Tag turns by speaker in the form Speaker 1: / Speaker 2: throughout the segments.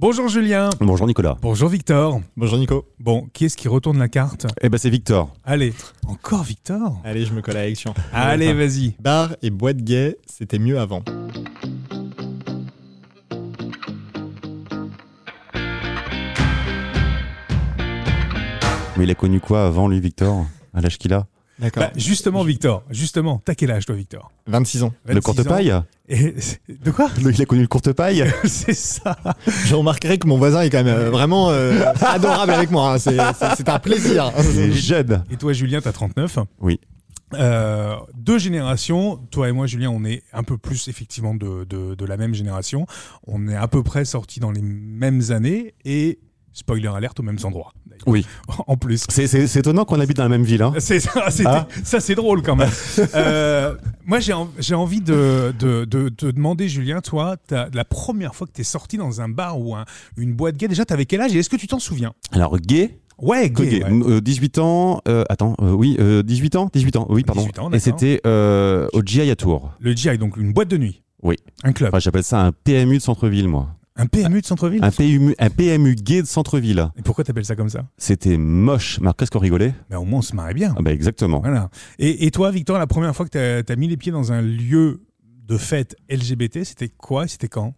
Speaker 1: Bonjour Julien.
Speaker 2: Bonjour Nicolas.
Speaker 1: Bonjour Victor.
Speaker 3: Bonjour Nico.
Speaker 1: Bon, qui est-ce qui retourne la carte
Speaker 2: Eh ben c'est Victor.
Speaker 1: Allez, encore Victor
Speaker 3: Allez, je me colle à l'action.
Speaker 1: Allez, vas-y.
Speaker 3: Bar et boîte gay, c'était mieux avant.
Speaker 2: Mais il a connu quoi avant lui Victor À l'âge qu'il a
Speaker 3: D'accord.
Speaker 1: Bah, justement Victor, justement, t'as quel âge toi Victor
Speaker 3: 26 ans.
Speaker 2: Le
Speaker 1: 26
Speaker 2: courte paille
Speaker 1: ans. Et- De quoi
Speaker 2: Le- Il a connu le courte paille
Speaker 1: C'est ça.
Speaker 3: Je remarquerai que mon voisin est quand même euh, vraiment euh, adorable avec moi. hein. C'est- C'est c'est un plaisir.
Speaker 2: C'est jeune.
Speaker 1: Et toi Julien, t'as 39
Speaker 2: Oui.
Speaker 1: Euh, deux générations, toi et moi Julien, on est un peu plus effectivement de, de- de la même génération. On est à peu près sortis dans les mêmes années et spoiler alerte aux mêmes endroits. d'ailleurs.
Speaker 2: Oui.
Speaker 1: En plus.
Speaker 2: C'est, c'est- c'est étonnant qu'on habite dans la même ville. hein.
Speaker 1: C'est ça, c'était-
Speaker 2: Ah.
Speaker 1: ça, c'est drôle quand même. Euh, moi, j'ai en- j'ai envie de de- de- te demander, Julien, toi, t'as- la première fois que t'es sorti dans un bar ou un- une boîte gay, déjà, t'avais quel âge et est-ce que tu t'en souviens
Speaker 2: Alors gay,
Speaker 1: Ouais,
Speaker 2: que
Speaker 1: gay.
Speaker 2: gay.
Speaker 1: ouais.
Speaker 2: M- euh, 18 ans. euh, attends, euh, oui, euh, 18 ans 18 ans, oui, pardon.
Speaker 1: 18 ans,
Speaker 2: Et
Speaker 1: d'accord.
Speaker 2: c'était euh, au GI à Tours.
Speaker 1: Le GI, donc une boîte de nuit.
Speaker 2: Oui.
Speaker 1: Un club.
Speaker 2: Enfin, j'appelle ça un PMU de centre-ville, moi.
Speaker 1: Un PMU de centre-ville.
Speaker 2: Un PMU, un PMU gay de centre-ville.
Speaker 1: Et pourquoi t'appelles ça comme ça
Speaker 2: C'était moche. Marc, qu'est-ce qu'on rigolait
Speaker 1: ben, Au moins, on se marrait bien.
Speaker 2: Ah bah exactement.
Speaker 1: Voilà. Et, et toi, Victor, la première fois que t'as as mis les pieds dans un lieu de fête LGBT, c'était quoi et C'était quand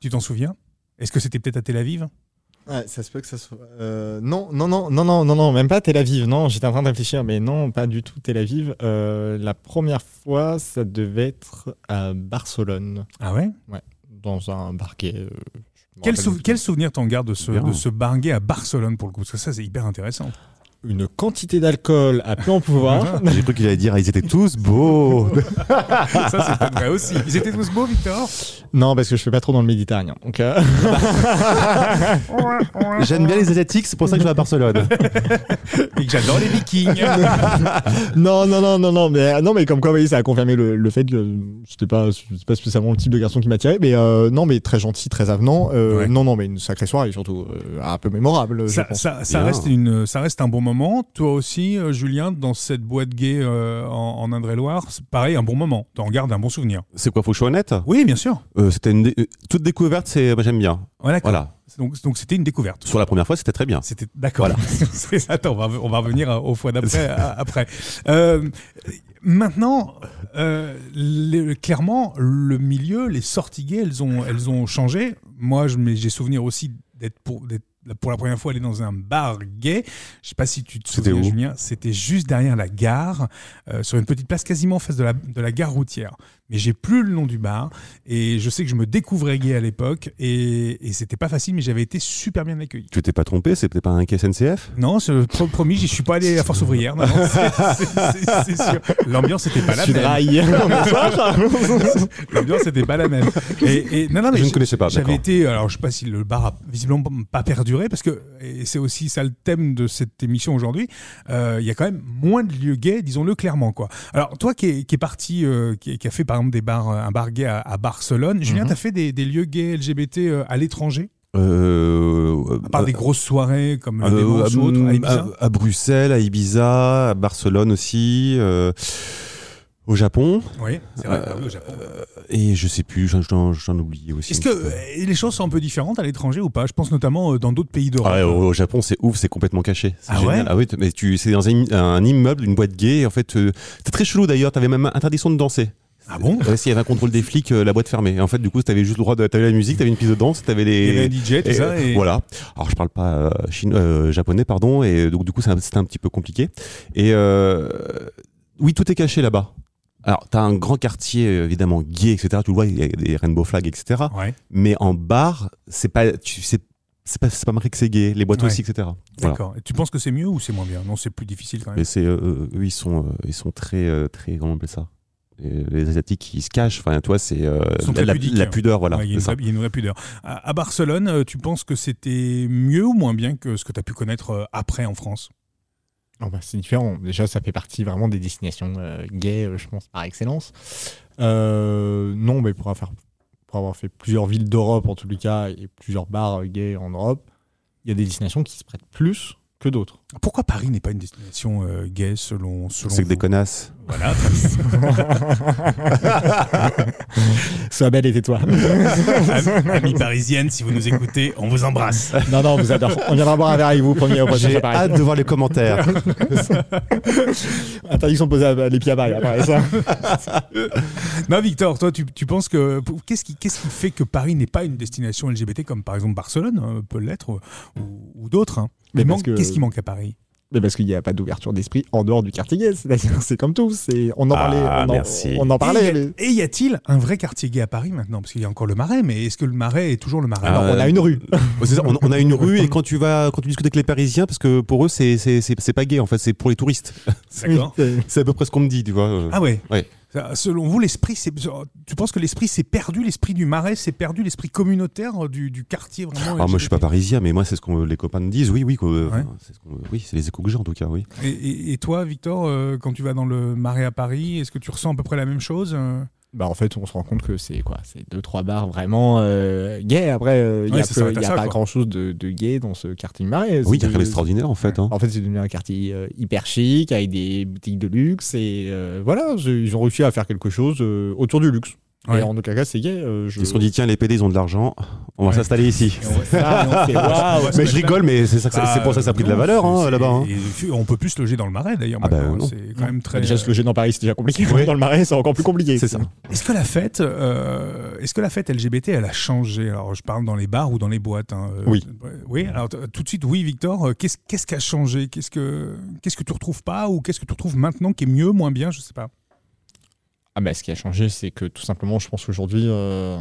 Speaker 1: Tu t'en souviens Est-ce que c'était peut-être à Tel Aviv
Speaker 3: Ouais, ça se peut que ça soit. euh, non, non, non, non, non, non, non, même pas Tel Aviv. Non, j'étais en train de réfléchir, mais non, pas du tout Tel Aviv. Euh, la première fois, ça devait être à Barcelone,
Speaker 1: Ah ouais
Speaker 3: dans un barquet. euh, je me
Speaker 1: Quel,
Speaker 3: rappelle
Speaker 1: sou-
Speaker 3: plus.
Speaker 1: quel souvenir t'en gardes de ce,
Speaker 2: Bien.
Speaker 1: de ce bar gay à Barcelone pour le coup Parce que ça, c'est hyper intéressant.
Speaker 3: Une quantité d'alcool à plus en pouvoir.
Speaker 2: J'ai cru qu'il allait dire, ah, ils étaient tous beaux.
Speaker 1: ça, c'est pas vrai aussi. Ils étaient tous beaux, Victor
Speaker 3: non, parce que je fais pas trop dans le Méditerranéen. Donc, euh,
Speaker 2: J'aime bien les Asiatiques, c'est pour ça que je vais à Barcelone.
Speaker 1: Et que j'adore les vikings.
Speaker 3: Non, non, non, non, non, mais, non, mais comme quoi, vous voyez, ça a confirmé le, le fait que c'était pas, c'était pas spécialement le type de garçon qui m'attirait, mais euh, non, mais très gentil, très avenant. euh,
Speaker 1: Ouais.
Speaker 3: Non, non, mais une sacrée soirée, surtout euh, un peu mémorable, je
Speaker 1: ça,
Speaker 3: pense.
Speaker 1: ça- ça
Speaker 2: Bien.
Speaker 1: reste une, ça reste un bon moment. Toi aussi, euh, Julien, dans cette boîte gay euh, en, en Indre-et-Loire, c'est pareil, un bon moment. T'en gardes un bon souvenir.
Speaker 2: C'est quoi, faut que je sois honnête
Speaker 1: Oui, bien sûr.
Speaker 2: Euh, C'était une dé- euh, toute découverte, c'est bah, j'aime bien.
Speaker 1: Voilà.
Speaker 2: Voilà.
Speaker 1: Donc, donc c'était une découverte.
Speaker 2: Sur la première fois, c'était très bien.
Speaker 1: C'était d'accord. C'est- Attends, on va, on va revenir à- aux fois d'après. à- après. Euh, maintenant, euh, le- clairement, le milieu, les sorties gays, elles ont, elles ont changé. Moi, je- mais j'ai souvenir aussi d'être pour, d'être pour la première fois allé dans un bar gay. Je sais pas si tu te
Speaker 2: C'était
Speaker 1: souviens,
Speaker 2: où
Speaker 1: Julien. C'était juste derrière la gare, euh, sur une petite place quasiment en face de la, de la gare routière. Mais j'ai plus le nom du bar. Et je sais que je me découvrais gay à l'époque. Et, et c'était pas facile, mais j'avais été super bien accueilli.
Speaker 2: Tu t'es pas trompé, c'était pas un SNCF
Speaker 1: Non, ce, pro- promis, j'y suis pas allé à Force Ouvrière. non, non, c'est- c'est- c'est- c'est sûr. L'ambiance n'était pas la
Speaker 3: Tu
Speaker 1: même.
Speaker 3: drailles.
Speaker 1: L'ambiance n'était pas la même. Et, et- non, non, mais
Speaker 2: Je ne
Speaker 1: j-
Speaker 2: connaissais pas,
Speaker 1: J'avais
Speaker 2: d'accord.
Speaker 1: été, alors je sais pas si le bar a visiblement pas perduré, parce que et c'est aussi ça le thème de cette émission aujourd'hui. euh, Il y a quand même moins de lieux gays, disons-le clairement, quoi. Alors toi qui est, qui est parti, euh, qui, est- qui a fait par exemple des bars, euh, un bar gay à, à Barcelone, Julien,
Speaker 3: Mhm.
Speaker 1: t'as fait des, des lieux gays LGBT euh, à l'étranger,
Speaker 2: Euh,
Speaker 1: à part des grosses soirées comme le
Speaker 2: euh,
Speaker 1: Démence
Speaker 2: euh,
Speaker 1: ou autre, à Ibiza
Speaker 2: à- à Bruxelles, à Ibiza, à Barcelone aussi, euh, au Japon,
Speaker 1: Oui, c'est vrai.
Speaker 2: euh,
Speaker 1: ah oui, au Japon.
Speaker 2: et je sais plus, j'en- j'en j'en oublie aussi.
Speaker 1: Est-ce que euh, les choses sont un peu différentes à l'étranger ou pas Je pense notamment euh, dans d'autres pays d'Europe.
Speaker 2: Ah ouais, au au Japon, c'est ouf, c'est complètement caché. C'est
Speaker 1: Ah
Speaker 2: génial.
Speaker 1: ouais
Speaker 2: ah oui, t- mais tu, c'est dans un, im- un immeuble, une boîte gay. En fait, euh, c'était très chelou d'ailleurs. T'avais même interdiction de danser.
Speaker 1: Ah bon
Speaker 2: Ouais, S'il y avait un contrôle des flics, euh, la boîte fermée. Et en fait, du coup, t'avais juste le droit de. T'avais la musique, t'avais une piste de danse, t'avais les.
Speaker 1: Il y avait un DJ, tout
Speaker 2: Et,
Speaker 1: ça.
Speaker 2: euh,
Speaker 1: Et...
Speaker 2: Voilà. Alors je parle pas euh, chino- euh, japonais, pardon, et donc du coup c'est un- c'était un, petit peu compliqué. Et euh, oui, tout est caché là-bas. Alors t'as un grand quartier euh, évidemment gay, etc. Tu le vois, il y a des rainbow flags, etc.
Speaker 1: Ouais,
Speaker 2: Mais en bar, c'est pas, tu- c'est c'est pas, c'est pas marqué que c'est gay, les boîtes
Speaker 1: Ouais.
Speaker 2: aussi, etc. Voilà.
Speaker 1: d'accord. Et Tu penses que c'est mieux ou c'est moins bien Non, c'est plus difficile quand même.
Speaker 2: Et c'est euh, eux, ils sont, euh, ils sont très, euh, très comment on appelle ça Et Les asiatiques, ils se cachent. Enfin, toi, c'est euh,
Speaker 1: Ils sont
Speaker 2: la,
Speaker 1: très
Speaker 2: la-
Speaker 1: pudiques,
Speaker 2: la
Speaker 1: hein.
Speaker 2: pudeur, voilà.
Speaker 1: Ouais, il, y a une
Speaker 2: c'est ça.
Speaker 1: vraie, il y a une vraie pudeur. À, à Barcelone, euh, tu penses que c'était mieux ou moins bien que ce que tu as pu connaître euh, après en France
Speaker 3: Oh bah, c'est différent. Déjà, ça fait partie vraiment des destinations euh, gays, euh, je pense, par excellence. Euh, non, mais pour, avoir- pour avoir fait plusieurs villes d'Europe, en tout cas, et plusieurs bars euh, gays en Europe, il y a des destinations qui se prêtent plus que d'autres.
Speaker 1: Pourquoi Paris n'est pas une destination euh, gay selon selon
Speaker 2: C'est que des
Speaker 1: vous
Speaker 2: connasses.
Speaker 1: Voilà, très bien.
Speaker 3: Sois belle et tais-toi.
Speaker 1: Am- Amis parisiennes, si vous nous écoutez, on vous embrasse.
Speaker 3: non, non, on vous adore. On viendra boire un verre avec vous, premier au prochain
Speaker 2: J'ai
Speaker 3: à Paris.
Speaker 2: hâte de voir les commentaires.
Speaker 3: Interdiction de poser à- les pieds à Paris après ça.
Speaker 1: Non, Victor, toi, tu, tu penses que pour- qu'est-ce qui qu'est-ce qui fait que Paris n'est pas une destination LGBT comme par exemple Barcelone hein, peut l'être ou, ou- ou d'autres. hein.
Speaker 3: Mais
Speaker 1: Il
Speaker 3: parce
Speaker 1: manque-
Speaker 3: que-
Speaker 1: Qu'est-ce qui manque à Paris
Speaker 3: Mais parce qu'il n'y a pas d'ouverture d'esprit en dehors du quartier gay. C'est-à-dire, c'est comme tout. C'est, on en
Speaker 2: Ah,
Speaker 3: parlait. on, en,
Speaker 2: merci.
Speaker 3: on
Speaker 1: Et
Speaker 3: en
Speaker 1: y
Speaker 3: parlait.
Speaker 1: a-
Speaker 3: mais-
Speaker 1: Et y a-t-il un vrai quartier gay à Paris maintenant Parce qu'il y a encore le Marais, mais est-ce que le Marais est toujours le Marais
Speaker 2: Ah,
Speaker 1: Non.
Speaker 3: On a une rue.
Speaker 2: Ouais, Oh, c'est ça, on, on a une rue et quand tu vas quand tu discutes avec les Parisiens parce que pour eux c'est c'est c'est- c'est pas gay en fait c'est pour les touristes
Speaker 1: D'accord.
Speaker 3: Oui,
Speaker 2: c'est à peu près ce qu'on me dit tu vois euh.
Speaker 1: Ah ouais.
Speaker 2: Ouais.
Speaker 1: Ça, Selon vous, l'esprit, c'est tu penses que l'esprit s'est perdu, l'esprit du Marais s'est perdu, l'esprit communautaire euh, du, du quartier vraiment.
Speaker 2: Ah, moi je suis pas
Speaker 1: LGBT?
Speaker 2: parisien mais moi c'est ce que les copains me disent oui oui quoi, euh,
Speaker 1: Ouais.
Speaker 2: c'est ce qu'on- oui c'est les échos que j'ai en tout cas oui
Speaker 1: Et, et- et toi, Victor, euh, quand tu vas dans le Marais à Paris, est-ce que tu ressens à peu près la même chose euh
Speaker 3: Bah en fait, on se rend compte que c'est quoi C'est deux trois bars vraiment euh, gays. Après, euh, il
Speaker 1: Ouais,
Speaker 3: n'y a,
Speaker 1: ça
Speaker 3: peu-
Speaker 1: s'arrête à
Speaker 3: il y a
Speaker 1: ça,
Speaker 3: pas
Speaker 1: quoi.
Speaker 3: grand chose de, de gay dans ce quartier de Marais.
Speaker 2: oui il y
Speaker 3: C'est
Speaker 2: a rien
Speaker 3: de-
Speaker 2: d'extraordinaire en fait hein.
Speaker 3: En fait, c'est devenu un quartier euh, hyper chic avec des boutiques de luxe et euh, voilà, je- ils ont réussi à faire quelque chose euh, autour du luxe.
Speaker 1: Ouais.
Speaker 3: Et en aucun cas, c'est gay. euh, je...
Speaker 2: ils se sont dit tiens les PD ils ont de l'argent on va
Speaker 1: Ouais.
Speaker 2: s'installer ici
Speaker 1: Et on va-
Speaker 3: Ah, non, c'est- waouh.
Speaker 2: mais je rigole mais c'est ça que ça-
Speaker 1: Bah,
Speaker 2: c'est pour ça que ça a pris de la
Speaker 1: non,
Speaker 2: valeur
Speaker 1: c'est-
Speaker 2: hein,
Speaker 1: c'est-
Speaker 2: là-bas hein.
Speaker 1: et on peut plus se loger dans le marais d'ailleurs.
Speaker 2: Ah bah,
Speaker 1: maintenant,
Speaker 2: non.
Speaker 1: c'est quand même très.
Speaker 3: Déjà, se loger dans Paris, c'est déjà compliqué.
Speaker 2: Ouais.
Speaker 3: Dans le Marais, c'est encore plus compliqué.
Speaker 2: c'est ça
Speaker 1: Est-ce que la fête, euh, est-ce que la fête LGBT, elle a changé Alors, je parle dans les bars ou dans les boîtes. hein. Euh,
Speaker 2: Oui.
Speaker 1: ouais, Oui. Alors, t- tout de suite, oui, Victor. euh, Qu'est-ce qu'est-ce qui a changé Qu'est-ce que qu'est-ce que tu retrouves pas ou qu'est-ce que tu retrouves maintenant qui est mieux, moins bien Je sais pas.
Speaker 3: Ah bah, ce qui a changé, c'est que tout simplement, je pense qu'aujourd'hui, euh,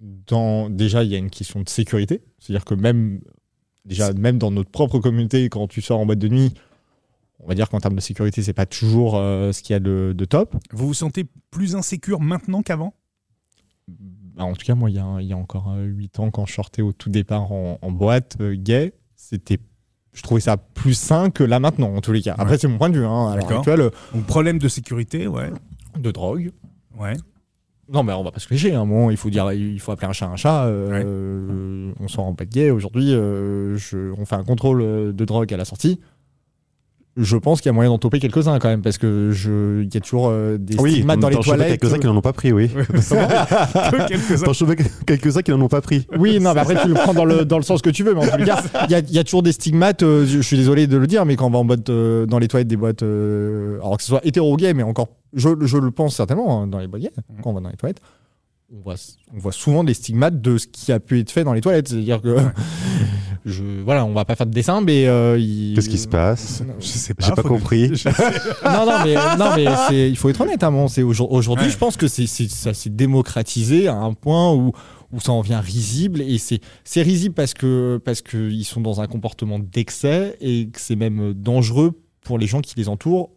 Speaker 3: dans... déjà, il y a une question de sécurité. C'est-à-dire que même, déjà, même dans notre propre communauté, quand tu sors en boîte de nuit, on va dire qu'en termes de sécurité, c'est pas toujours euh, ce qu'il y a de, de top.
Speaker 1: Vous vous sentez plus insécure maintenant qu'avant
Speaker 3: Bah, en tout cas, moi, il y a, il y a encore 8 ans, quand je sortais au tout départ en, en boîte euh, gay, c'était. Je trouvais ça plus sain que là maintenant, en tous les cas. Après,
Speaker 1: Ouais.
Speaker 3: c'est mon point de vue. Hein. À l'heure
Speaker 1: D'accord.
Speaker 3: actuelle, euh,
Speaker 1: Donc, problème de sécurité, ouais,
Speaker 3: de drogue,
Speaker 1: ouais.
Speaker 3: Non, mais on va pas se léger. À un moment, il faut dire, il faut appeler un chat un chat. euh, On s'en rend pas de guet. Aujourd'hui, euh, je- on fait un contrôle euh, de drogue à la sortie. Je pense qu'il y a moyen d'en toper quelques-uns quand même, parce que je, il y a toujours euh, des
Speaker 2: oui
Speaker 3: stigmates dans les toilettes.
Speaker 2: quelques uns qui n'en ont pas pris oui
Speaker 1: Quelques-uns.
Speaker 2: t'en chopais quelques uns qui n'en ont pas pris
Speaker 3: Oui, non, mais après tu le prends dans le, dans le sens que tu veux, mais en tout cas, il y a, il y a toujours des stigmates. euh, je, je suis désolé de le dire, mais quand on va en boîte, euh, dans les toilettes des boîtes, euh, alors que ce soit hétéro ou gay, mais encore, je, je le pense certainement hein, dans les boîtes gays, quand on va dans les toilettes. On voit, on voit souvent des stigmates de ce qui a pu être fait dans les toilettes. C'est-à-dire que. Je, voilà, on va pas faire de dessin, mais. euh, il-
Speaker 2: qu'est-ce qui se passe
Speaker 1: Je sais pas.
Speaker 2: j'ai pas
Speaker 1: faut-
Speaker 2: compris
Speaker 3: non, non, mais, non, mais c'est- il faut être honnête. Hein, bon, c'est aujourd- aujourd'hui,
Speaker 1: Ouais.
Speaker 3: je pense que c'est, c'est- ça s'est démocratisé à un point où, où ça en vient risible. Et c'est, c'est risible parce que parce que ils sont dans un comportement d'excès et que c'est même dangereux pour les gens qui les entourent,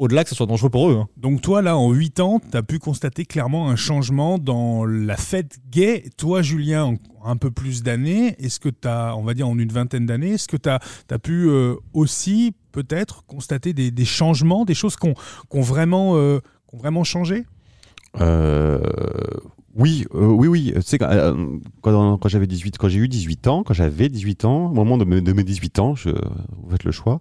Speaker 3: au-delà que ce soit dangereux pour eux. hein.
Speaker 1: Donc toi, là, en 8 ans, tu as pu constater clairement un changement dans la fête gay. Toi, Julien, en un peu plus d'années, est-ce que tu as, on va dire en une vingtaine d'années, est-ce que tu as, pu euh, aussi peut-être constater des, des changements, des choses qui ont vraiment... euh, qui ont vraiment changé
Speaker 2: Euh, oui, euh, oui, oui. Tu sais, quand, euh, quand, quand j'avais 18, quand j'ai eu 18 ans, quand j'avais 18 ans, au moment de mes, de mes 18 ans, je, vous faites le choix.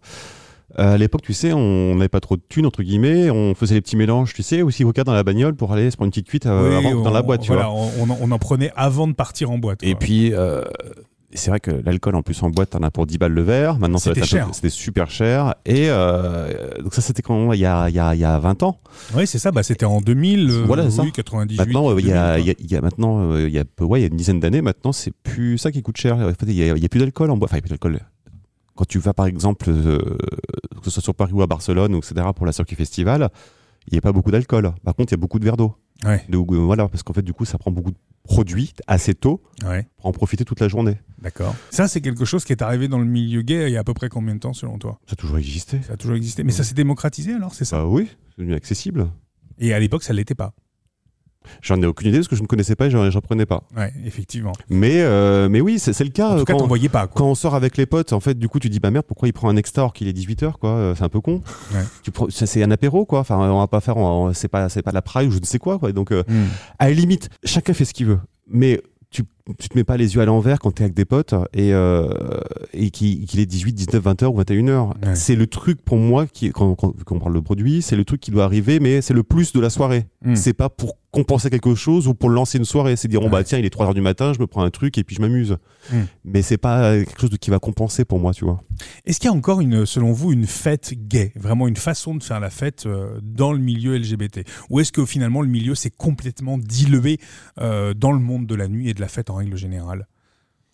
Speaker 2: Euh, à l'époque, tu sais, on n'avait pas trop de thunes, entre guillemets, on faisait les petits mélanges, tu sais, aussi au cas dans la bagnole pour aller se prendre une petite cuite euh,
Speaker 1: Oui,
Speaker 2: avant,
Speaker 1: on-
Speaker 2: dans la boîte, tu
Speaker 1: voilà,
Speaker 2: vois.
Speaker 1: On, on en, on en prenait avant de partir en boîte.
Speaker 2: Et
Speaker 1: quoi.
Speaker 2: puis, euh, c'est vrai que l'alcool, en plus, en boîte, t'en as pour 10 balles le verre. Maintenant, ça va
Speaker 1: C'était
Speaker 2: être un peu-
Speaker 1: cher.
Speaker 2: C'était super cher. Et euh, donc, ça, c'était quand il y a, il y, a, il y a 20 ans.
Speaker 1: oui, c'est ça. Bah, c'était en 2000, euh,
Speaker 2: Voilà, c'est ça.
Speaker 1: oui, 98.
Speaker 2: Maintenant, euh, il y, a,
Speaker 1: 2000,
Speaker 2: il y a- il y a maintenant, euh, il y a peu- ouais, il y a une dizaine d'années, maintenant, c'est plus ça qui coûte cher. En fait, il y a, il y a plus d'alcool en boîte. Enfin, il y a plus d'alcool. Quand tu vas, par exemple, euh, que ce soit sur Paris ou à Barcelone, ou etc., pour la Circuit Festival, il n'y a pas beaucoup d'alcool. Par contre, il y a beaucoup de verres d'eau.
Speaker 1: Ouais.
Speaker 2: Donc, euh, voilà, parce qu'en fait, du coup, ça prend beaucoup de produits assez tôt
Speaker 1: quoi. Ouais,
Speaker 2: pour en profiter toute la journée.
Speaker 1: d'accord. Ça, c'est quelque chose qui est arrivé dans le milieu gay il y a à peu près combien de temps, selon toi
Speaker 2: Ça a toujours existé.
Speaker 1: Ça a toujours existé. Mais ça s'est démocratisé alors, c'est ça
Speaker 2: Bah oui, c'est devenu accessible.
Speaker 1: Et à l'époque, ça ne l'était pas.
Speaker 2: J'en ai aucune idée parce que je ne connaissais pas et j'en j'en prenais pas.
Speaker 1: Ouais, effectivement.
Speaker 2: Mais, euh, mais oui, c'est c'est le cas.
Speaker 3: Ah,
Speaker 1: En
Speaker 2: euh,
Speaker 1: tout cas,
Speaker 2: quand-
Speaker 1: t'en voyais pas. Quoi.
Speaker 2: quand on sort avec les potes, en fait, du coup, tu dis bah merde, pourquoi il prend un extra alors qu'il est 18h quoi euh, C'est un peu con.
Speaker 1: Ouais.
Speaker 2: Tu prends- ça, c'est un apéro quoi. Enfin, on va pas faire, on- on- c'est pas, c'est pas de la pride ou je ne sais quoi quoi. Donc, euh,
Speaker 1: Hmm.
Speaker 2: à la limite, chacun fait ce qu'il veut. Mais tu tu te mets pas les yeux à l'envers quand t'es avec des potes et, euh, et qu'il qu'il est 18, 19, 20 heures ou 21 heures.
Speaker 1: Ouais.
Speaker 2: C'est le truc pour moi qui, quand, quand- quand on parle de produit, c'est le truc qui doit arriver, mais c'est le plus de la soirée.
Speaker 1: Hmm.
Speaker 2: C'est pas pour compenser quelque chose ou pour lancer une soirée. C'est dire, bon,
Speaker 1: Ouais.
Speaker 2: bah tiens, il est 3 heures du matin, je me prends un truc et puis je m'amuse.
Speaker 1: Hmm.
Speaker 2: Mais c'est pas quelque chose de- qui va compenser pour moi, tu vois.
Speaker 1: Est-ce qu'il y a encore, une, selon vous, une fête gay Vraiment une façon de faire la fête euh, dans le milieu LGBT Ou est-ce que finalement le milieu s'est complètement dilué euh, dans le monde de la nuit et de la fête en règle générale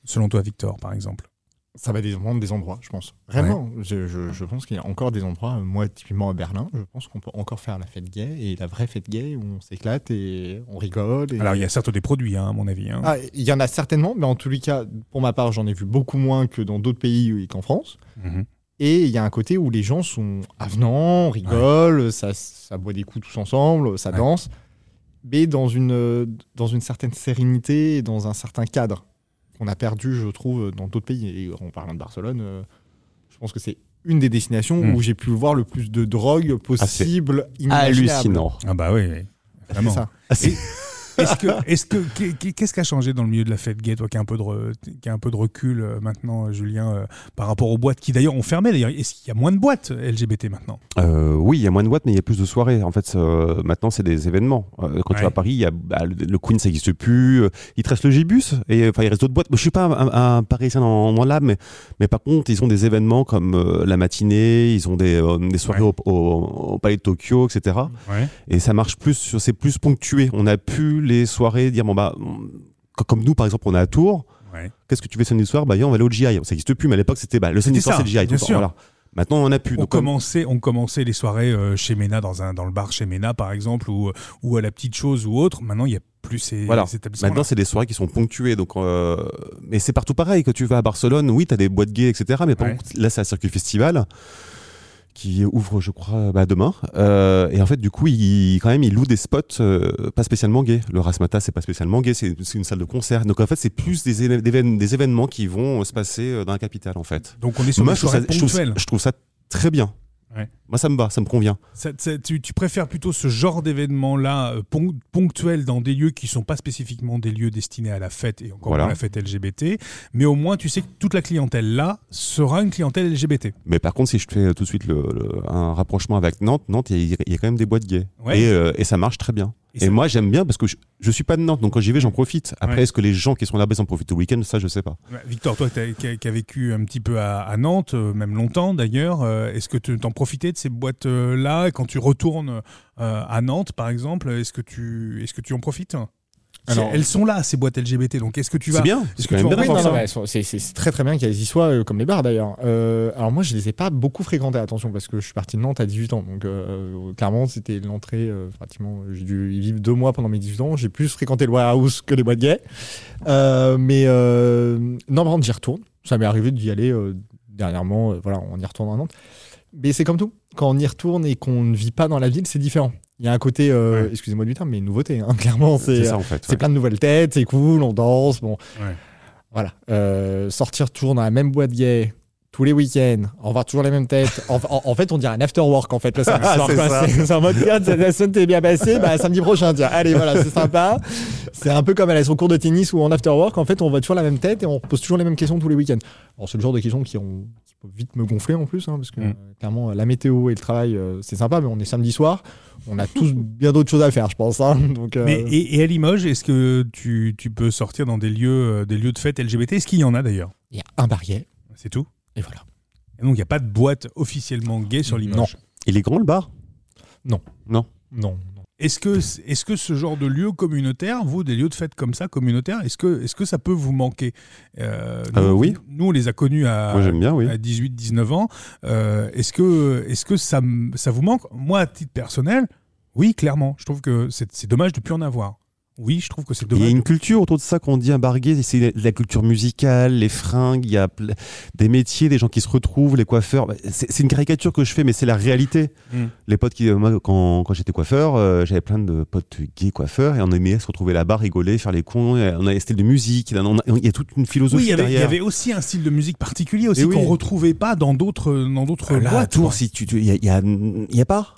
Speaker 1: Selon toi, Victor, par exemple
Speaker 3: Ça va dépendre des endroits, je pense. Vraiment, je, je- je pense qu'il y a encore des endroits, euh, moi typiquement à Berlin, je pense qu'on peut encore faire la fête gay et la vraie fête gay où on s'éclate et on rigole. et-
Speaker 1: Alors, il y a certes des produits, hein, à mon avis. hein.
Speaker 3: Ah, il y en a certainement, mais en tous les cas, pour ma part, j'en ai vu beaucoup moins que dans d'autres pays euh, qu'en France.
Speaker 1: Mhm.
Speaker 3: Et il y a un côté où les gens sont avenants, on rigole, ça, ça boit des coups tous ensemble, ça
Speaker 1: Ouais.
Speaker 3: danse, mais dans une, euh, dans une certaine sérénité et dans un certain cadre qu'on a perdu, je trouve, dans d'autres pays. Et en parlant de Barcelone, euh, je pense que c'est une des destinations
Speaker 1: Mm.
Speaker 3: où j'ai pu voir le plus de drogue possible, inimaginable.
Speaker 2: Hallucinant.
Speaker 1: Ah bah oui, oui.
Speaker 3: C'est
Speaker 1: Vraiment.
Speaker 3: ça.
Speaker 1: Est-ce que, est-ce que, qu'est- qu'est- qu'est-ce qui a changé dans le milieu de la fête gay, toi, qui a un peu de, re- qui a un peu de recul euh, maintenant, euh, Julien, euh, par rapport aux boîtes qui d'ailleurs ont fermé D'ailleurs, est-ce qu'il y a moins de boîtes LGBT maintenant
Speaker 2: Euh, oui, il y a moins de boîtes, mais il y a plus de soirées. En fait, euh, maintenant, c'est des événements. Euh, quand
Speaker 1: Ouais.
Speaker 2: tu vas à Paris, il y a, bah, le, le Queen, ça n'existe plus. Euh, Il te reste le Gibus, et euh, enfin, il reste d'autres boîtes. Moi, Je suis pas un, un Parisien dans, dans l'âme, mais, mais par contre, ils ont des événements comme euh, la matinée, ils ont des, euh, des soirées
Speaker 1: Ouais. Mmh.
Speaker 2: au, au- au Palais de Tokyo, etc.
Speaker 1: ouais.
Speaker 2: Et ça marche plus, sur- c'est plus ponctué. On a pu les soirées dire, bon, bah, on- comme nous, par exemple, on est à Tours.
Speaker 1: Ouais.
Speaker 2: Qu'est-ce que tu fais samedi soir Bah, viens, on va aller au GI. Ça n'existe plus, mais à l'époque, c'était bah, le samedi
Speaker 1: C'était
Speaker 2: soir,
Speaker 1: ça,
Speaker 2: c'est le GI.
Speaker 1: bien
Speaker 2: Bon,
Speaker 1: sûr.
Speaker 2: voilà. Maintenant, on en a plus.
Speaker 1: On
Speaker 2: Donc, comme-
Speaker 1: commençait, on commençait les soirées euh, chez Mena, dans, un, dans le bar chez Mena, par exemple, ou, euh, ou à la petite chose ou autre. Maintenant, il n'y a plus ces,
Speaker 2: Voilà.
Speaker 1: ces établissements.
Speaker 2: Maintenant, c'est des soirées qui sont ponctuées. Donc, euh, Mais c'est partout pareil. Quand tu vas à Barcelone, oui, tu as des boîtes gays, etc. Mais par
Speaker 1: Ouais.
Speaker 2: contre, là, c'est un circuit festival qui ouvre, je crois, bah, demain. Euh, et en fait, du coup, il, quand même, il loue des spots euh, pas spécialement gays. Le Rasmata, c'est pas spécialement gay, c'est c'est une salle de concert. Donc, en fait, c'est plus des, éve- des évén- des événements qui vont euh, se passer euh, dans la capitale, en fait.
Speaker 1: Donc, on est sur
Speaker 2: Moi,
Speaker 1: des
Speaker 2: je trouve, ça,
Speaker 1: soirées
Speaker 2: je trouve ça-
Speaker 1: ponctuelles.
Speaker 2: je trouve ça très bien.
Speaker 1: Ouais.
Speaker 2: Moi, ça me va, ça me convient.
Speaker 1: Ça- ça- tu, tu préfères plutôt ce genre d'événement-là, euh, ponc- ponctuel dans des lieux qui ne sont pas spécifiquement des lieux destinés à la fête et encore
Speaker 2: Voilà.
Speaker 1: moins la fête LGBT, mais au moins tu sais que toute la clientèle là sera une clientèle LGBT.
Speaker 2: Mais par contre, si je fais euh, tout de suite le- le- un rapprochement avec Nantes, Nantes, il y, a- il y a quand même des boîtes gays.
Speaker 1: Ouais.
Speaker 2: Et, euh, et ça marche très bien.
Speaker 1: Et
Speaker 2: Et,
Speaker 1: ça-
Speaker 2: moi, j'aime bien parce que je, je suis pas de Nantes, donc quand j'y vais, j'en profite. Après,
Speaker 1: Ouais.
Speaker 2: est-ce que les gens qui sont là-bas ils en profitent au week-end Ça, je sais pas.
Speaker 1: Ouais, Victor, toi t'as- qui as, qui as vécu un petit peu à, à Nantes, euh, même longtemps d'ailleurs, euh, est-ce que tu t'en profitais de ces boîtes-là Et Quand tu retournes euh, à Nantes, par exemple, est-ce que, tu- est-ce que tu en profites
Speaker 3: Alors-
Speaker 1: Elles sont là, ces boîtes LGBT, donc est-ce que tu vas...
Speaker 2: C'est bien.
Speaker 1: Est-ce
Speaker 2: C'est
Speaker 1: que
Speaker 2: quand
Speaker 1: tu
Speaker 2: même
Speaker 1: vas
Speaker 2: bien.
Speaker 1: en voir
Speaker 3: Oui, non, non,
Speaker 1: ça
Speaker 3: mais elles sont- c'est c'est très très bien qu'il y ait des histoires euh, comme les bars d'ailleurs. Euh, alors moi je les ai pas beaucoup fréquentés, attention, parce que je suis parti de Nantes à 18 ans. Donc euh, clairement c'était l'entrée, euh, pratiquement j'ai dû y vivre deux mois pendant mes 18 ans. J'ai plus fréquenté le warehouse que les boîtes gays. Euh, mais euh, non, par contre j'y retourne. Ça m'est arrivé d'y aller euh, dernièrement, euh, voilà, on y retourne à Nantes. Mais c'est comme tout, quand on y retourne et qu'on ne vit pas dans la ville, c'est différent. Il y a un côté, euh,
Speaker 1: Ouais.
Speaker 3: excusez-moi du terme, mais nouveauté, hein, clairement.
Speaker 2: C'est ça en fait.
Speaker 3: C'est
Speaker 2: ouais.
Speaker 3: plein de nouvelles têtes, c'est cool, on danse. Bon,
Speaker 1: Ouais.
Speaker 3: voilà. Euh, sortir toujours dans la même boîte gay tous les week-ends, en voir toujours les mêmes têtes. En, en- en fait, on dirait un after work en fait le samedi soir.
Speaker 2: Ah, c'est
Speaker 3: quoi.
Speaker 2: ça.
Speaker 3: C'est c'est en mode regarde, cette- la semaine t'es bien passée, bah samedi prochain, tiens. Allez, voilà, c'est sympa. C'est un peu comme aller sur cours de tennis ou en after work. En fait, on voit toujours la même tête et on pose toujours les mêmes questions tous les week-ends. Alors, c'est le genre de questions qui ont qui peuvent vite me gonfler en plus, hein, parce que
Speaker 1: Mm.
Speaker 3: euh, clairement la météo et le travail euh, c'est sympa, mais on est samedi soir, on a tous bien d'autres choses à faire, je pense. hein. Donc, euh,
Speaker 1: Mais, et, et à Limoges, est-ce que tu, tu peux sortir dans des lieux, euh, des lieux de fête LGBT Est-ce qu'il y en a d'ailleurs
Speaker 3: il y a un bar gay,
Speaker 1: C'est tout.
Speaker 3: et voilà.
Speaker 1: Et donc il n'y a pas de boîte officiellement gay sur Limoges.
Speaker 3: Non.
Speaker 2: Il est grand le bar
Speaker 3: Non.
Speaker 1: Est-ce que, est-ce que ce genre de lieu communautaire, vous, des lieux de fête comme ça, communautaires, est-ce que, est-ce que ça peut vous manquer Euh,
Speaker 2: Euh, oui.
Speaker 1: Nous, on les a connus à,
Speaker 2: Moi, j'aime bien, oui.
Speaker 1: à 18, 19 ans. Euh, est-ce que, est-ce que ça, m- ça vous manque Moi, à titre personnel, oui, clairement. Je trouve que c'est, c'est dommage de ne plus en avoir. Oui, je trouve que c'est
Speaker 2: Il y a
Speaker 1: dommage.
Speaker 2: une culture autour de ça qu'on dit un bar gay, c'est la culture musicale, les fringues, il y a ple- des métiers, des gens qui se retrouvent, les coiffeurs. Bah, C'est c'est une caricature que je fais, mais c'est la réalité.
Speaker 1: Mm.
Speaker 2: Les potes qui, euh, moi, quand, quand j'étais coiffeur, euh, j'avais plein de potes gays coiffeurs et on aimait se retrouver là-bas, rigoler, faire les cons. et On a c'était de musique, il y a- on a- il y a toute une
Speaker 1: Oui,
Speaker 2: philosophie
Speaker 1: il y, avait, il y
Speaker 2: derrière.
Speaker 1: avait aussi un style de musique particulier aussi
Speaker 2: Et Eh oui. Ah
Speaker 1: qu'on retrouvait pas dans d'autres dans d'autres
Speaker 2: Là, à
Speaker 1: boîtes.
Speaker 2: Tours,
Speaker 1: quoi.
Speaker 2: si tu, il y, a- y a, y a pas.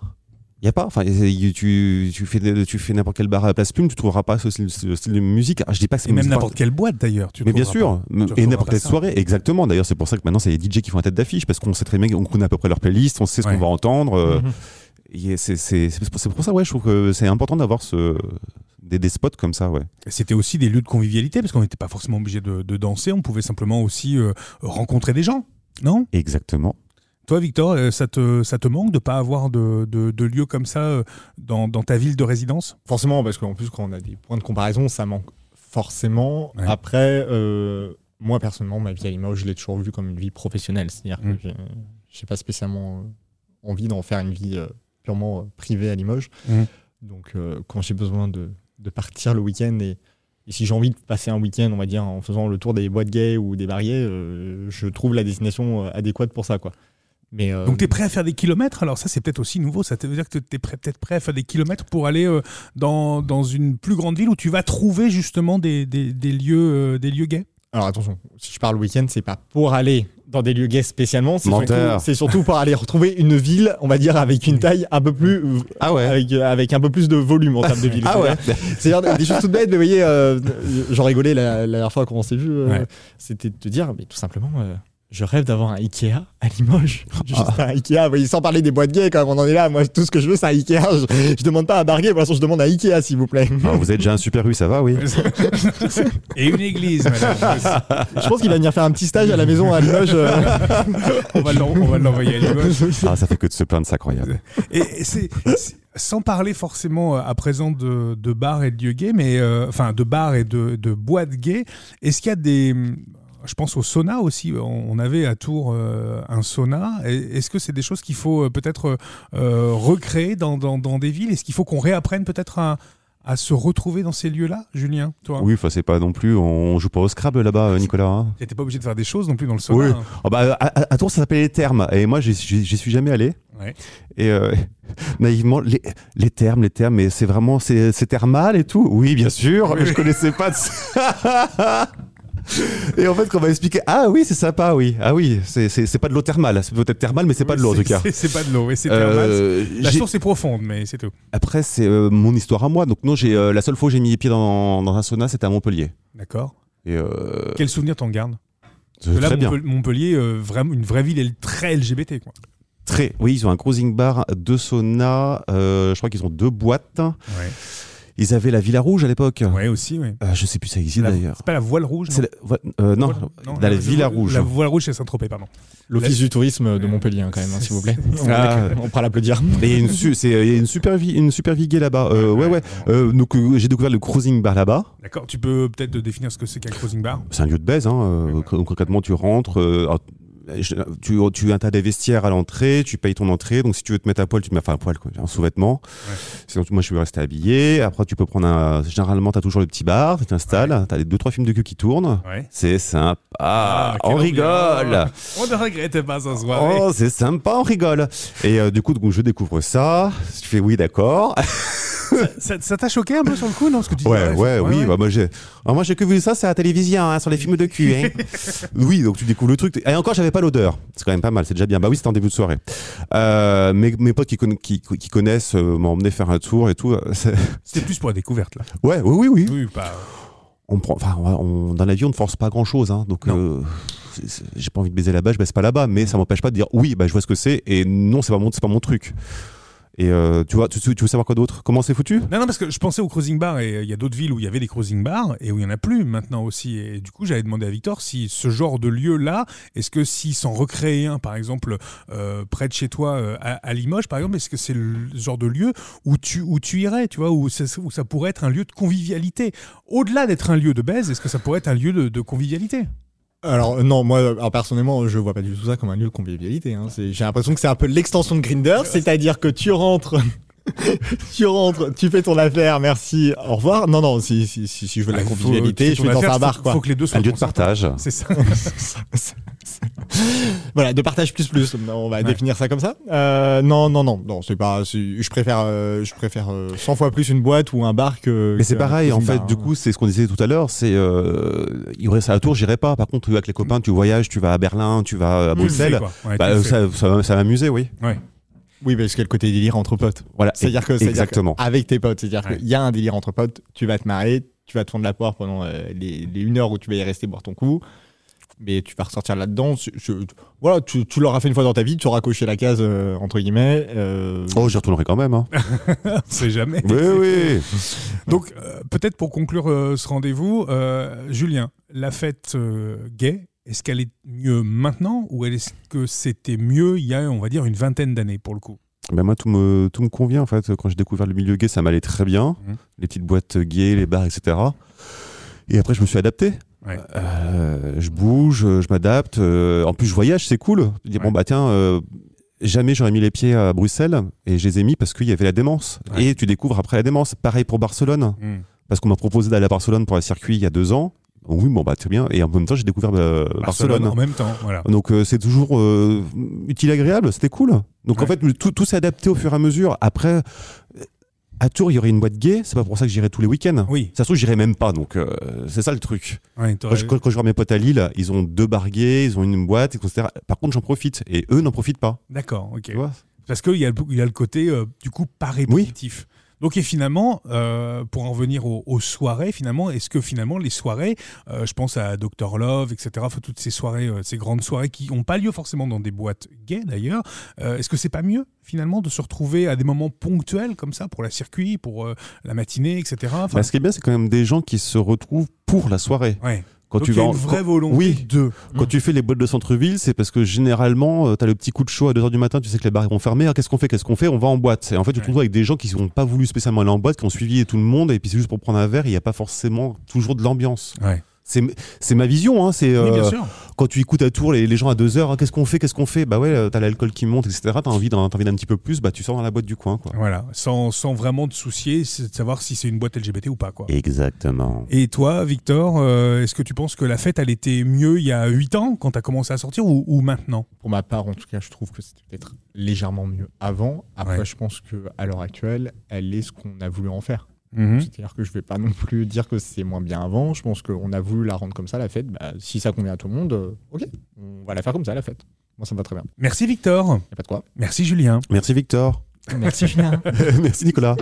Speaker 2: Il y a pas. Enfin, y- tu, tu fais, tu fais n'importe quel bar à la place Plume, tu trouveras pas ce style, ce style de musique. Ah, je dis pas que c'est
Speaker 1: Et même
Speaker 2: c'est pas-
Speaker 1: n'importe quelle boîte d'ailleurs. tu
Speaker 2: mais bien
Speaker 1: trouveras
Speaker 2: sûr,
Speaker 1: pas.
Speaker 2: m-
Speaker 1: Tu
Speaker 2: et
Speaker 1: retrouveras
Speaker 2: n'importe
Speaker 1: pas
Speaker 2: quelle
Speaker 1: ça.
Speaker 2: soirée, exactement. D'ailleurs, c'est pour ça que maintenant, c'est les DJ qui font la tête d'affiche, parce qu'on sait très bien qu'on connaît à peu près leur playlist, on sait ce
Speaker 1: Ouais.
Speaker 2: qu'on va entendre. euh,
Speaker 3: Mhm.
Speaker 2: et c'est- C'est c'est pour c'est pour ça, ouais, je trouve que c'est important d'avoir ce, des, des spots comme ça, ouais.
Speaker 1: C'était aussi des lieux de convivialité parce qu'on n'était pas forcément obligé de, de danser, on pouvait simplement aussi euh, rencontrer des gens. Non
Speaker 2: Exactement.
Speaker 1: Toi, Victor, euh, ça te, ça te manque de pas avoir de, de, de lieux comme ça euh, dans, dans ta ville de résidence
Speaker 3: Forcément, parce qu'en plus, quand on a des points de comparaison, ça manque forcément.
Speaker 1: Ouais.
Speaker 3: Après, euh, moi, personnellement, ma vie à Limoges, je l'ai toujours vue comme une vie professionnelle. C'est-à-dire
Speaker 1: Mm.
Speaker 3: que j'ai- j'ai pas spécialement euh, envie d'en faire une vie euh, purement euh, privée à Limoges.
Speaker 1: Mm.
Speaker 3: Donc, euh, quand j'ai besoin de, de partir le week-end et, et si j'ai envie de passer un week-end, on va dire, en faisant le tour des boîtes gays ou des barrières, je trouve la destination euh, adéquate pour ça, quoi. Mais, euh,
Speaker 1: Donc tu es prêt à faire des kilomètres Alors ça c'est peut-être aussi nouveau, ça veut dire que tu es peut-être prêt à faire des kilomètres pour aller euh, dans, dans une plus grande ville où tu vas trouver justement des, des, des lieux, euh, des lieux gays
Speaker 3: Alors attention, si je parle week-end, c'est pas pour aller dans des lieux gays spécialement, c'est surtout,
Speaker 2: Menteur.
Speaker 3: c'est surtout pour aller retrouver une ville, on va dire, avec une taille un peu plus,
Speaker 2: Ah ouais.
Speaker 3: avec, euh, avec un peu plus de volume en termes de ville.
Speaker 2: Ah ouais.
Speaker 3: C'est-à-dire des choses toutes bêtes, mais vous voyez, euh, j'en rigolais la, la dernière fois quand on s'est vu, euh,
Speaker 1: Ouais.
Speaker 3: c'était de te dire, mais tout simplement, euh, je rêve d'avoir un Ikea à Limoges.
Speaker 2: Ah.
Speaker 3: Juste un Ikea, vous voyez, sans parler des boîtes gays quand même, on en est là. Moi, tout ce que je veux, c'est un Ikea. Je, je demande pas un bar gay, pour l'instant, je demande un Ikea, s'il vous plaît.
Speaker 2: Ah, vous avez déjà un super rue, ça va, oui.
Speaker 1: Et une église, madame.
Speaker 3: je pense qu'il va venir faire un petit stage à la maison à Limoges. euh,
Speaker 1: on va l'en- on va l'envoyer à Limoges.
Speaker 2: Ah, ça fait que de se plaindre, c'est incroyable.
Speaker 1: Et c'est c'est- sans parler forcément euh, à présent de, de bars et de lieux gays, mais euh, enfin de bars et de, de boîtes gays. Est-ce qu'il y a des je pense au sauna aussi. On on avait à Tours euh, un sauna. Et- Est-ce que c'est des choses qu'il faut euh, peut-être euh, recréer dans, dans- dans des villes Est-ce qu'il faut qu'on réapprenne peut-être à, à se retrouver dans ces lieux-là, Julien Toi,
Speaker 2: Oui, enfin, c'est pas non plus. On joue pas au Scrabble là-bas, euh, Nicolas. hein.
Speaker 1: t'étais pas obligé de faire des choses non plus dans le sauna.
Speaker 2: Oui.
Speaker 1: hein.
Speaker 2: Ah bah, à, à- à Tours, ça s'appelait les thermes. Et moi, j'y- j'y j'y suis jamais allé.
Speaker 1: Ouais.
Speaker 2: Et euh, naïvement, les, les thermes, les thermes, mais c'est vraiment. C'est c'est thermal et tout Oui, bien sûr, mais je connaissais pas de ça. Et en fait, quand on m'a expliqué, ah oui, c'est sympa, oui, ah oui, c'est- c'est c'est pas de l'eau thermale, c'est peut-être thermal, mais c'est pas de l'eau en tout cas.
Speaker 1: C'est- C'est pas de l'eau. oui, c'est thermal.
Speaker 2: Euh,
Speaker 1: La
Speaker 2: j'ai-
Speaker 1: source est profonde, mais c'est tout.
Speaker 2: Après, c'est euh, mon histoire à moi. Donc non, j'ai euh, la seule fois où j'ai mis les pieds dans, dans un sauna, c'était à Montpellier.
Speaker 1: D'accord.
Speaker 2: Et euh,
Speaker 1: Quel souvenir t'en gardes
Speaker 2: c'est
Speaker 1: Parce que
Speaker 2: très
Speaker 1: là,
Speaker 2: bien.
Speaker 1: Montpel- Montpellier, euh, vraiment une vraie ville, elle est très LGBT. Quoi.
Speaker 2: Très. Oui, ils ont un cruising bar, deux saunas. euh, je crois qu'ils ont deux boîtes.
Speaker 1: Ouais.
Speaker 2: Ils avaient la Villa Rouge à l'époque.
Speaker 1: aussi, ouais.
Speaker 2: Euh, je sais plus si ça existe
Speaker 1: La-
Speaker 2: d'ailleurs.
Speaker 1: C'est pas la voile rouge, non
Speaker 2: C'est la- ouais, euh, non,
Speaker 1: Voile-
Speaker 2: dans la
Speaker 1: euh,
Speaker 2: Villa Rouge.
Speaker 1: La voile rouge, c'est Saint-Tropez, pardon.
Speaker 3: L'Office du tourisme de Montpellier, hein, quand même, hein, s'il vous plaît. On,
Speaker 2: Ah.
Speaker 3: on pourra l'applaudir.
Speaker 2: Et il y a une, su- c'est- il y a une super vie, une super vie gay là-bas. Euh, ouais, ouais. Euh, donc euh, j'ai découvert le cruising bar là-bas.
Speaker 1: D'accord, tu peux peut-être définir ce que c'est qu'un crossing bar
Speaker 2: C'est un lieu de baise. Hein. euh,
Speaker 1: Ouais.
Speaker 2: con- Concrètement, tu rentres. euh, alors, je- tu, tu as un tas des vestiaires à l'entrée, tu payes ton entrée, donc si tu veux te mettre à poil, tu te mets enfin, à poil, quoi, un sous-vêtement.
Speaker 1: Ouais.
Speaker 2: Sinon, tu- moi je vais rester habillé. Après, tu peux prendre un. Généralement, tu as toujours le petit bar, tu t'installes, tu as les deux trois films de cul qui tournent.
Speaker 1: Ouais.
Speaker 2: C'est sympa,
Speaker 1: quelle
Speaker 2: on
Speaker 1: ambiance.
Speaker 2: rigole.
Speaker 1: On ne regrette pas ce soir.
Speaker 2: Oh, c'est sympa, on rigole. Et euh, du coup, donc, je découvre ça. Je fais oui, d'accord.
Speaker 1: Ça ça t'a choqué un peu sur le coup, non Parce que tu dis,
Speaker 2: Ouais, ouais,
Speaker 1: c'est-
Speaker 2: oui. bah, moi, j'ai, ah, moi, j'ai que vu ça, c'est à la télévision, hein, sur les films de cul. hein. oui, donc tu découvres le truc. t'es- Et encore, j'avais pas l'odeur. C'est quand même pas mal, c'est déjà bien. Bah oui, c'était en début de soirée. Euh, mes, mes potes qui, conna- qui, qui connaissent euh, m'ont emmené faire un tour et tout. euh, C'est-
Speaker 1: C'était plus pour la découverte, là.
Speaker 2: Ouais, oui, oui, oui.
Speaker 1: Oui, pas. euh,
Speaker 2: On prend, enfin, on, on- dans la vie, on ne force pas grand chose. Hein, donc,
Speaker 1: Non.
Speaker 2: euh, c'est- c'est- j'ai pas envie de baiser là-bas, je baisse pas là-bas, mais ça m'empêche pas de dire oui, bah je vois ce que c'est et non, c'est pas mon, c'est pas mon truc. Et euh, tu vois, tu, tu veux savoir quoi d'autre Comment c'est foutu
Speaker 1: Non, non, parce que je pensais au cruising bar et euh, il y a d'autres villes où il y avait des cruising bars et où il y en a plus maintenant aussi. Et du coup, j'avais demandé à Victor si ce genre de lieu-là, est-ce que s'ils s'en recréaient un, par exemple, euh, près de chez toi, euh, à, à Limoges, par exemple, est-ce que c'est le genre de lieu où tu, où tu irais, tu vois, où, ça- où ça pourrait être un lieu de convivialité Au-delà d'être un lieu de baise, est-ce que ça pourrait être un lieu de, de convivialité
Speaker 3: Alors euh, non, moi euh, alors, personnellement, je vois pas du tout ça comme un lieu de convivialité. hein. C'est- J'ai l'impression que c'est un peu l'extension de Grinder, c'est-à-dire que tu rentres, tu rentres, tu fais ton affaire, merci, au revoir. Non non, si si si, si je veux de
Speaker 1: Ah,
Speaker 3: la
Speaker 1: Faut-
Speaker 3: convivialité,
Speaker 1: faut-
Speaker 3: je suis
Speaker 1: faut
Speaker 3: dans
Speaker 1: faire,
Speaker 3: un
Speaker 1: faut-
Speaker 3: bar quoi.
Speaker 1: faut que les deux soient
Speaker 2: Un lieu de
Speaker 1: consentants.
Speaker 2: partage.
Speaker 1: C'est ça.
Speaker 3: voilà, de partage plus plus. On va
Speaker 1: Ouais.
Speaker 3: définir ça comme ça. Euh, non non non non, c'est pas. c'est- Je préfère euh, je préfère euh, 100 fois plus une boîte ou un bar que.
Speaker 2: Mais c'est
Speaker 1: euh,
Speaker 3: qu'un
Speaker 2: pareil, en
Speaker 3: cruising
Speaker 2: fait,
Speaker 3: bar,
Speaker 2: du
Speaker 3: hein.
Speaker 2: coup, c'est ce qu'on disait tout à l'heure, c'est, euh, il reste à la tour, j'irai pas. Par contre, avec les copains, tu voyages, tu vas à Berlin, tu vas à
Speaker 1: Tu le fais,
Speaker 2: Bruxelles.
Speaker 1: quoi. Ouais, tu
Speaker 2: Bah,
Speaker 1: le
Speaker 2: euh,
Speaker 1: fais.
Speaker 2: ça, ça, ça m'a amusé, oui.
Speaker 1: Ouais.
Speaker 3: Oui, parce qu'il y a le côté délire entre potes.
Speaker 2: Voilà,
Speaker 3: C'est-à-dire que, c'est-à-dire
Speaker 2: exactement.
Speaker 3: que avec tes potes, c'est-à-dire
Speaker 1: Ouais.
Speaker 3: qu'il y a un délire entre potes, tu vas te marrer, tu vas te fondre la poire pendant euh, les, les une heure où tu vas y rester boire ton coup, mais tu vas ressortir là-dedans. Je- je- voilà, tu, tu l'auras fait une fois dans ta vie, tu auras coché la case euh, entre guillemets. euh,
Speaker 2: Oh, j'y retournerai quand même. Hein.
Speaker 1: On sait jamais.
Speaker 2: oui, oui.
Speaker 1: Donc, euh, peut-être pour conclure euh, ce rendez-vous, euh, Julien, la fête euh, gay, est-ce qu'elle est mieux maintenant ou est-ce que c'était mieux il y a, on va dire, une vingtaine d'années pour le coup
Speaker 2: Ben moi, tout me, tout me convient en fait. Quand j'ai découvert le milieu gay, ça m'allait très bien.
Speaker 1: Mhm.
Speaker 2: Les petites boîtes gays, les bars, etc. Et après, je me suis adapté.
Speaker 1: Ouais.
Speaker 2: Euh, je bouge, je m'adapte. Euh, en plus, je voyage, c'est cool. Je dis,
Speaker 1: Ouais.
Speaker 2: bon, bah tiens, euh, jamais j'aurais mis les pieds à Bruxelles et je les ai mis parce qu'il y avait la démence.
Speaker 1: Ouais.
Speaker 2: Et tu découvres après la démence. Pareil pour Barcelone,
Speaker 1: Hmm.
Speaker 2: parce qu'on m'a proposé d'aller à Barcelone pour un circuit il y a deux ans. Oui, bon, bah très bien. Et en même temps, j'ai découvert euh, Barcelone.
Speaker 1: En même temps, voilà.
Speaker 2: Donc euh, c'est toujours euh, utile, agréable, c'était cool. Donc en
Speaker 1: Ouais.
Speaker 2: fait, tout, tout s'est adapté au fur et à mesure. Après, euh, à Tours, il y aurait une boîte gay, c'est pas pour ça que j'irai tous les week-ends.
Speaker 1: Oui,
Speaker 2: Ça se trouve, j'irai même pas, donc euh, c'est ça le truc.
Speaker 1: ouais, t'aurais-
Speaker 2: Quand je, quand- quand je vois mes potes à Lille, ils ont deux bars gays, ils ont une boîte, etc. Par contre, j'en profite, et eux n'en profitent pas.
Speaker 1: d'accord, ok.
Speaker 2: Tu vois
Speaker 1: Parce qu'il y, a le- il y a le côté, euh, du coup, pas répétitif. Donc, et finalement, euh, pour en venir aux, aux soirées, finalement, est-ce que finalement les soirées, euh, je pense à Dr Love, etc., enfin, toutes ces soirées, euh, ces grandes soirées qui n'ont pas lieu forcément dans des boîtes gays d'ailleurs, euh, est-ce que c'est pas mieux finalement de se retrouver à des moments ponctuels comme ça pour la circuit, pour euh, la matinée, etc. Enfin,
Speaker 2: Bah, ce qui est bien, c'est quand même des gens qui se retrouvent pour la soirée.
Speaker 1: ouais.
Speaker 2: Quand
Speaker 1: Donc,
Speaker 2: tu
Speaker 1: il y
Speaker 2: vas
Speaker 1: a
Speaker 2: en-
Speaker 1: une vraie
Speaker 2: quand-
Speaker 1: volonté
Speaker 2: oui.
Speaker 1: de.
Speaker 2: Quand tu fais les boîtes de centre-ville, c'est parce que généralement, tu as le petit coup de chaud à 2h du matin, tu sais que les bars vont fermer. Alors, Qu'est-ce qu'on fait Qu'est-ce qu'on fait On va en boîte. Et en fait, tu te
Speaker 1: Ouais.
Speaker 2: retrouves avec des gens qui n'ont pas voulu spécialement aller en boîte, qui ont suivi tout le monde, et puis c'est juste pour prendre un verre, il n'y a pas forcément toujours de l'ambiance.
Speaker 1: Ouais.
Speaker 2: C'est c'est ma vision, hein, c'est
Speaker 1: Oui, bien
Speaker 2: euh,
Speaker 1: sûr.
Speaker 2: quand tu écoutes à tour les, les gens à 2h, qu'est-ce qu'on fait Qu'est-ce qu'on fait Bah ouais, euh, t'as l'alcool qui monte, etc. T'as envie d'un t'as envie d'un petit peu plus, bah tu sors dans la boîte du coin, quoi.
Speaker 1: Voilà, sans, sans vraiment te soucier c'est de savoir si c'est une boîte LGBT ou pas, quoi.
Speaker 2: Exactement.
Speaker 1: Et toi, Victor, euh, est-ce que tu penses que la fête, elle était mieux il y a 8 ans quand t'as commencé à sortir ou, ou maintenant
Speaker 3: pour ma part, en tout cas, je trouve que c'était peut-être légèrement mieux avant. Après,
Speaker 1: Ouais.
Speaker 3: je pense que à l'heure actuelle, elle est ce qu'on a voulu en faire.
Speaker 1: Hmm.
Speaker 3: C'est-à-dire que je vais pas non plus dire que c'est moins bien avant. Je pense qu'on a voulu la rendre comme ça, la fête. Bah, si ça convient à tout le monde, euh, ok, on va la faire comme ça, la fête. Moi, ça me va très bien.
Speaker 1: Merci Victor,
Speaker 3: Y a pas de quoi.
Speaker 1: merci Julien.
Speaker 2: Merci Victor.
Speaker 3: Merci, Julien.
Speaker 2: Merci Nicolas.